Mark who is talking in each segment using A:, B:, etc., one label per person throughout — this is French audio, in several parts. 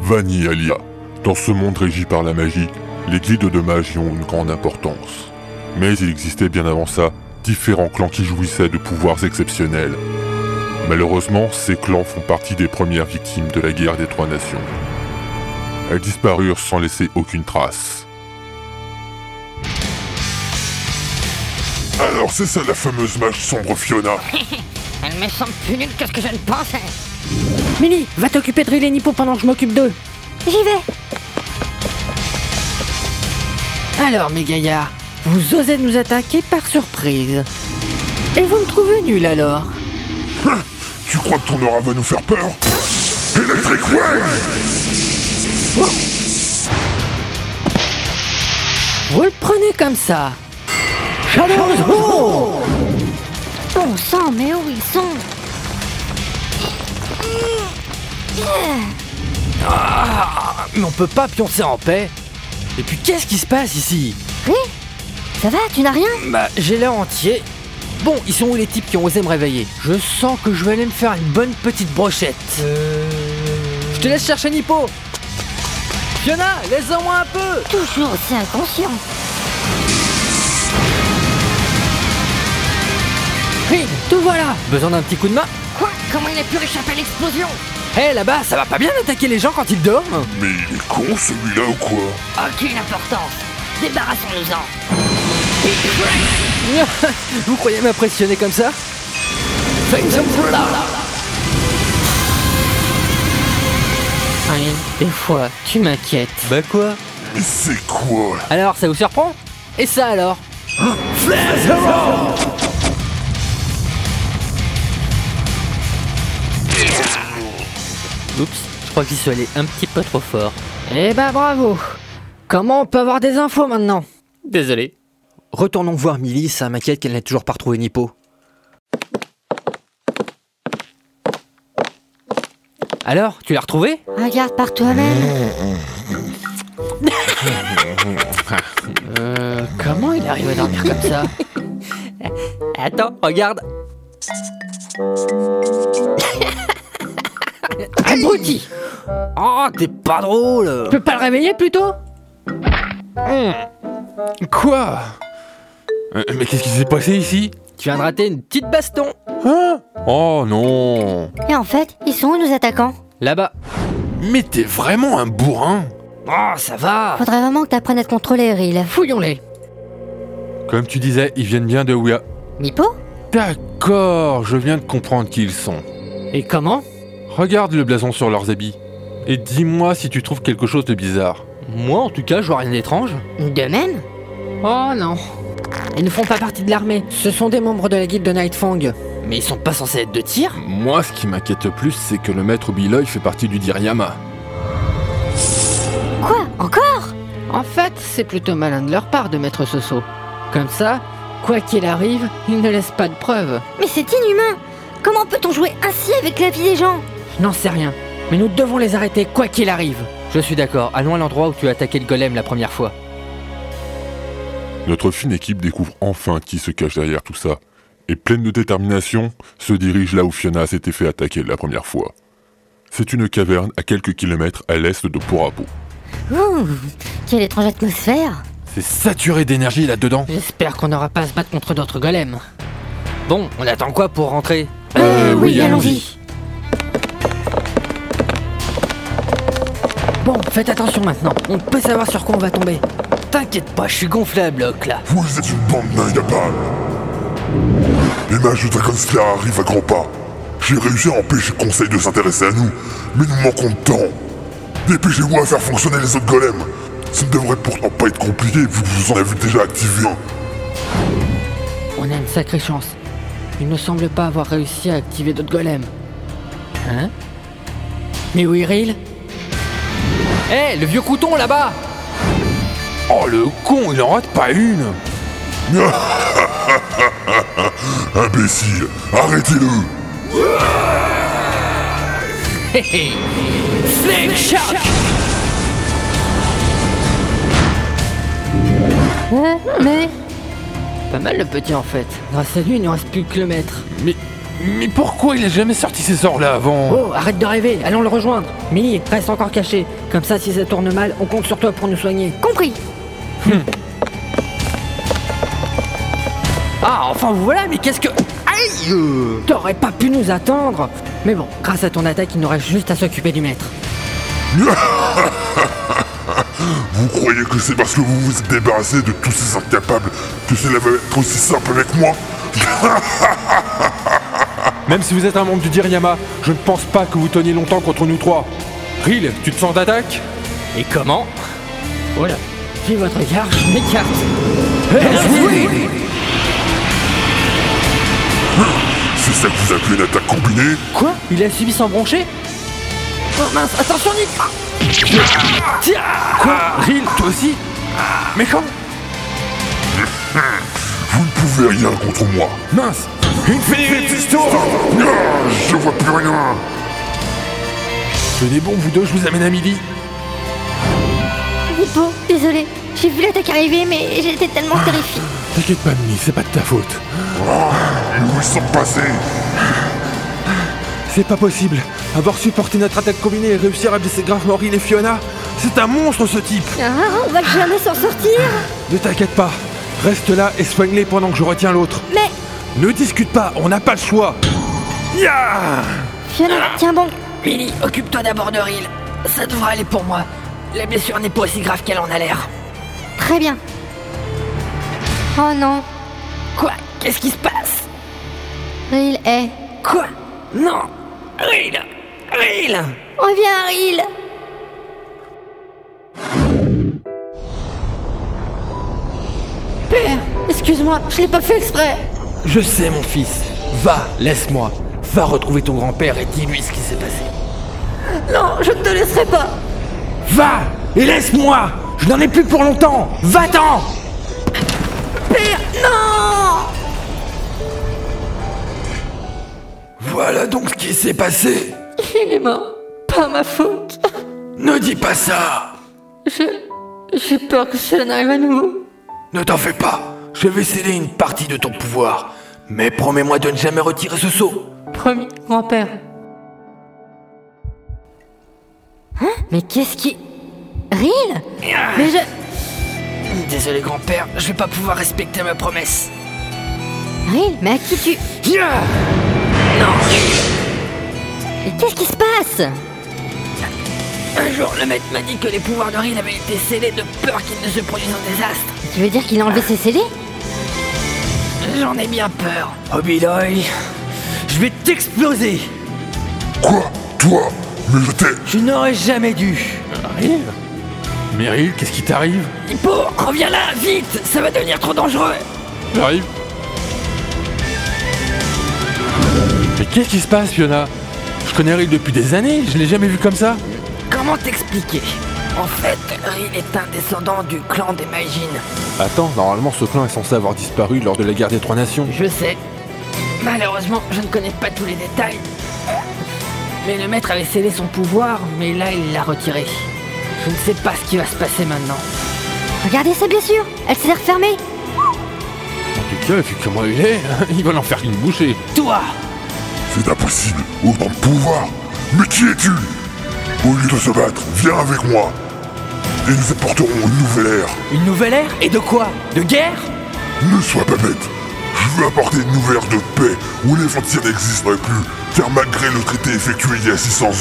A: Vani et Alia. Dans ce monde régi par la magie, les guildes de magie ont une grande importance. Mais il existait bien avant ça différents clans qui jouissaient de pouvoirs exceptionnels. Malheureusement, ces clans font partie des premières victimes de la guerre des Trois Nations. Elles disparurent sans laisser aucune trace. Alors c'est ça la fameuse mage sombre Fiona
B: Elle me semble plus nulle que ce que je ne pensais.
C: Millie, va t'occuper de Riley Nippo pendant que je m'occupe d'eux.
D: J'y vais.
C: Alors, mes gaillards, vous osez nous attaquer par surprise. Et vous me trouvez nul alors
A: Hein Tu crois que ton aura va nous faire peur Electric Wave
C: Vous le prenez comme ça Shadows Roar
D: Bon sang, mais où ils sont
E: Mais on peut pas pioncer en paix. Et puis qu'est-ce qui se passe ici
D: Ça va, tu n'as rien
E: Bah, j'ai l'air entier. Bon, ils sont où les types qui ont osé me réveiller Je sens que je vais aller me faire une bonne petite brochette. Je te laisse chercher Nippo. Fiona, laisse-en-moi un peu.
D: Toujours aussi inconscient.
E: Reed, te voilà. Besoin d'un petit coup de main
B: Quoi Comment il a pu réchapper à l'explosion
E: Hé, là-bas, ça va pas bien d'attaquer les gens quand ils dorment
A: Mais il est con celui-là ou quoi
B: Aucune importance. Débarrassons-nous-en.
E: Vous croyez m'impressionner comme ça
C: Aïe, des fois, tu m'inquiètes.
E: Bah quoi
A: Mais c'est quoi
E: Alors, ça vous surprend Et ça alors Oups, je crois que j'y suis allé un petit peu trop fort.
C: Eh ben bravo Comment on peut avoir des infos maintenant
E: Désolé. Retournons voir Millie, ça m'inquiète qu'elle n'ait toujours pas retrouvé Nippo. Alors, tu l'as retrouvé
D: Regarde par toi-même.
C: Euh, comment il arrive à dormir comme ça
E: Attends, regarde.
C: Abruti
E: Oh, t'es pas drôle Hmm.
C: Tu peux pas le réveiller plutôt
F: Quoi Euh, Mais qu'est-ce qui s'est passé ici
E: Tu viens de rater une petite baston
F: Hein Oh non
D: Et en fait, ils sont où nos attaquants
E: Là-bas.
F: Mais t'es vraiment un bourrin
E: Oh, ça va
D: Faudrait vraiment que t'apprennes à te contrôler, Ril.
C: Fouillons-les
F: Comme tu disais, ils viennent bien de Ouya.
D: Nippo
F: D'accord, je viens de comprendre qui ils sont.
C: Et comment
F: Regarde le blason sur leurs habits. Et dis-moi si tu trouves quelque chose de bizarre.
E: Moi, en tout cas, je vois rien d'étrange.
D: De même
C: Oh non Ils ne font pas partie de l'armée, ce sont des membres de la guilde de Nightfang.
E: Mais ils sont pas censés être de tir
F: Moi, ce qui m'inquiète le plus, c'est que le maître Biloy fait partie du Diryama.
D: Quoi Encore
C: En fait, c'est plutôt malin de leur part de mettre ce saut. Comme ça, quoi qu'il arrive, ils ne laissent pas de preuves.
D: Mais c'est inhumain Comment peut-on jouer ainsi avec la vie des gens
C: Je n'en sais rien, mais nous devons les arrêter quoi qu'il arrive.
E: Je suis d'accord, allons à l'endroit où tu as attaqué le golem la première fois.
A: Notre fine équipe découvre enfin qui se cache derrière tout ça, et pleine de détermination, se dirige là où Fiona s'était fait attaquer la première fois. C'est une caverne à quelques kilomètres à l'est de Porapo.
D: Ouh, Quelle étrange atmosphère
F: C'est saturé d'énergie là-dedans.
C: J'espère qu'on n'aura pas à se battre contre d'autres golems.
E: Bon, on attend quoi pour rentrer
F: Euh, oui, allons-y.
C: Bon, faites attention maintenant, on peut savoir sur quoi on va tomber.
E: T'inquiète pas, je suis gonflé à bloc là.
A: Vous êtes une bande d'ingapables Les mages de Dragonslayer arrivent à grands pas. J'ai réussi à empêcher Conseil de s'intéresser à nous, mais nous manquons de temps. Dépêchez-vous à faire fonctionner les autres golems. Ça ne devrait pourtant pas être compliqué vu que vous en avez déjà activé un.
C: On a une sacrée chance. Il ne semble pas avoir réussi à activer d'autres golems. Hein Mais oui, Ril
E: Hé, Eh, le vieux couton là-bas
F: Oh le con, il en rate pas une
A: Imbécile, arrêtez-le
D: Euh, mais...
C: Pas mal le petit en fait. Grâce à lui, il ne reste plus que le maître.
F: Mais Mais pourquoi il a jamais sorti ces sorts-là avant
C: Oh, arrête de rêver, allons le rejoindre. Millie, reste encore caché. Comme ça, si ça tourne mal, on compte sur toi pour nous soigner.
D: Compris.
C: Ah, enfin voilà, mais qu'est-ce que. Aïe euh, T'aurais pas pu nous attendre Mais bon, grâce à ton attaque, il nous reste juste à s'occuper du maître.
A: Vous croyez que c'est parce que vous vous êtes débarrassé de tous ces incapables que cela va être aussi simple avec moi
F: Même si vous êtes un membre du Diriyama, je ne pense pas que vous teniez longtemps contre nous trois. Ril, tu te sens d'attaque
E: Et comment
C: Voilà. J'ai votre regard, je m'écarte.
F: Euh,
C: Euh,
A: C'est ça que vous appelez une attaque combinée
E: Quoi Il a subi sans broncher
C: Oh mince, attention Nick Ah,
F: Quoi Ril, toi aussi Mais comment
A: Vous ne pouvez rien contre moi
F: Mince Infinity
A: Ah, Je vois plus rien
F: Tenez bon, vous deux, je vous amène à Millie.
D: Hippo, désolé. J'ai vu l'attaque arriver, mais j'étais tellement terrifiée.
F: T'inquiète pas, Millie, c'est pas de ta faute.
A: Et où ils sont passés
F: C'est pas possible. Avoir supporté notre attaque combinée et réussir à blesser gravement Ril et Fiona, c'est un monstre ce type
D: Ah, on va jamais s'en sortir.
F: Ne t'inquiète pas, reste là et soigne-les pendant que je retiens l'autre.
D: Mais,
F: Ne discute pas, on n'a pas le choix Ya
D: Fiona, tiens bon.
C: Millie, occupe-toi d'abord de Ril. Ça devrait aller pour moi. La blessure n'est pas aussi grave qu'elle en a l'air.
D: Très bien. Oh non.
C: Quoi Qu'est-ce qui se passe
D: Ril est.
C: Quoi Non Ril Ril
D: Reviens, Ril. Père, excuse-moi, je l'ai pas fait exprès.
E: Je sais, mon fils. Va, laisse-moi. Va retrouver ton grand-père et dis-lui ce qui s'est passé.
D: Non, je ne te laisserai pas.
E: Va et laisse-moi Je n'en ai plus pour longtemps Va-t'en
D: Père, non
E: Voilà donc ce qui s'est passé
D: Il est mort. Pas ma faute.
E: Ne dis pas ça
D: Je. J'ai peur que cela n'arrive à nouveau.
E: Ne t'en fais pas Je vais sceller une partie de ton pouvoir. Mais promets-moi de ne jamais retirer ce sceau
D: Promis, grand-père. Hein Mais qu'est-ce qui. Ril Mais je.
C: Désolé grand-père, je vais pas pouvoir respecter ma promesse.
D: Ril, mais à qui tu. Mais qu'est-ce qui se passe
C: Un jour, le maître m'a dit que les pouvoirs de Ril avaient été scellés de peur qu'il ne se produise un désastre.
D: Tu veux dire qu'il a enlevé ses CD
C: J'en ai bien peur.
E: Oh Biloy, je vais t'exploser
A: Quoi Toi Mais je t'ai...
E: Je n'aurais jamais dû
F: Ril Mais Ril, qu'est-ce qui t'arrive
C: Hippo, reviens là, vite Ça va devenir trop dangereux
F: J'arrive. Mais qu'est-ce qui se passe, Fiona Je connais Ril depuis des années, je l'ai jamais vu comme ça.
C: Comment t'expliquer En fait, Ril est un descendant du clan des Magines.
F: Attends, normalement ce clan est censé avoir disparu lors de la guerre des trois nations.
C: Je sais. Malheureusement, je ne connais pas tous les détails. Mais le maître avait scellé son pouvoir, mais là, il l'a retiré. Je ne sais pas ce qui va se passer maintenant.
D: Regardez sa blessure, elle s'est refermée.
F: En tout cas, vu comment il est, ils veulent en faire une bouchée.
C: Toi
A: C'est impossible Autant de pouvoir Mais qui es-tu Au lieu de se battre, viens avec moi Et nous apporterons une nouvelle ère
E: Une nouvelle ère Et de quoi De guerre
A: Ne sois pas bête Je veux apporter une nouvelle ère de paix où les frontières n'existeraient plus, car malgré le traité effectué il y a 600 ans,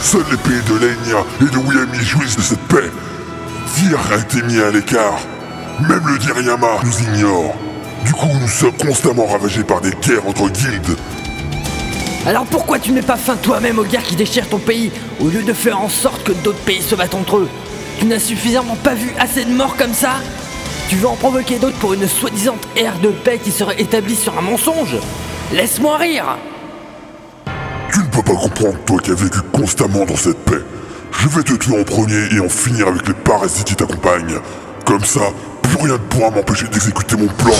A: seuls les pays de Lénia et de Wyami jouissent de cette paix. Tyr a été mis à l'écart. Même le Diriyama nous ignore. Du coup, nous sommes constamment ravagés par des guerres entre guildes.
E: Alors pourquoi tu ne mets pas fin toi-même aux guerres qui déchirent ton pays, au lieu de faire en sorte que d'autres pays se battent entre eux Tu n'as suffisamment pas vu assez de morts comme ça Tu veux en provoquer d'autres pour une soi-disant ère de paix qui serait établie sur un mensonge Laisse-moi rire
A: Tu ne peux pas comprendre, toi qui as vécu constamment dans cette paix. Je vais te tuer en premier et en finir avec les parasites qui t'accompagnent. Comme ça, plus rien ne pourra m'empêcher d'exécuter mon plan.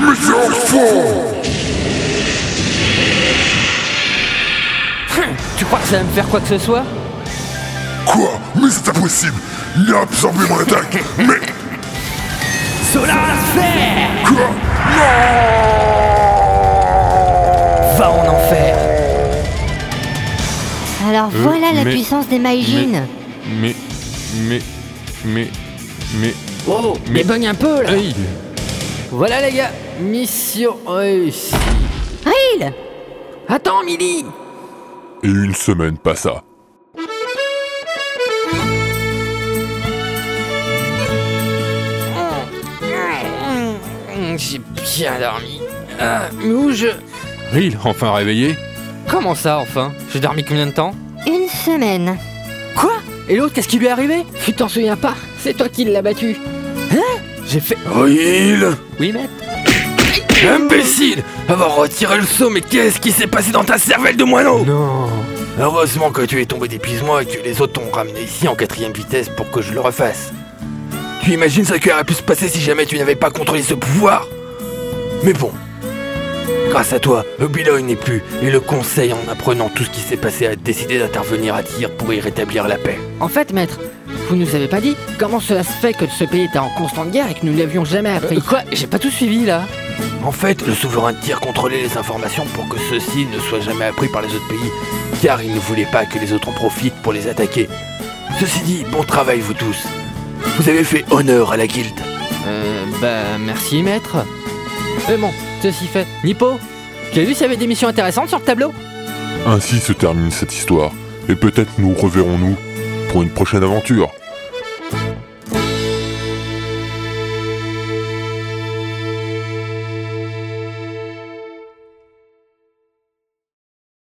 A: Mais c'est enfant
C: Hum,
E: Tu crois que ça va me faire quoi que ce soit
A: Quoi Mais c'est impossible Il a absorbé mon attaque Mais
E: Solar Sphere
A: quoi Non
C: va en enfer
D: Alors
A: Euh,
D: voilà la
A: mais-
D: puissance des Maijin.
A: Mais. Mais. Mais. Mais.
C: Oh
A: Mais-
C: Débogne un peu là
A: Aïe
G: Voilà les gars, mission réussie.
D: Ril
C: Attends, Millie
A: Et une semaine passa.
C: Hum, J'ai bien dormi. Ah, mais où je.
H: Ril, enfin réveillé
G: Comment ça enfin J'ai dormi combien de temps
D: Une semaine.
G: Quoi Et l'autre, qu'est-ce qui lui est arrivé
C: Tu t'en souviens pas C'est toi qui l'as battu.
G: J'ai fait...
H: Ril
G: Oui maître
H: Imbécile Avoir retiré le seau, mais qu'est-ce qui s'est passé dans ta cervelle de moineau
G: Non
F: Heureusement que tu es tombé d'épuisement et que les autres t'ont ramené ici en quatrième vitesse pour que je le refasse. Tu imagines ce qui aurait pu se passer si jamais tu n'avais pas contrôlé ce pouvoir Mais bon. Grâce à toi, Obiloy n'est plus, et le conseil en apprenant tout ce qui s'est passé a décidé d'intervenir à tir pour y rétablir la paix.
C: En fait, maître, vous nous avez pas dit comment cela se fait que ce pays était en constante guerre et que nous l'avions jamais appris.
G: Quoi J'ai pas tout suivi là
F: En fait, le souverain de tir contrôlait les informations pour que ceux-ci ne soient jamais appris par les autres pays, car il ne voulait pas que les autres en profitent pour les attaquer. Ceci dit, bon travail vous tous. Vous avez fait honneur à la guilde.
G: Euh, bah merci maître.
C: Euh,
G: Mais bon, ceci fait. Nippo, tu as vu s'il y avait des missions intéressantes sur le tableau
A: Ainsi se termine cette histoire. Et peut-être nous reverrons-nous pour une prochaine aventure.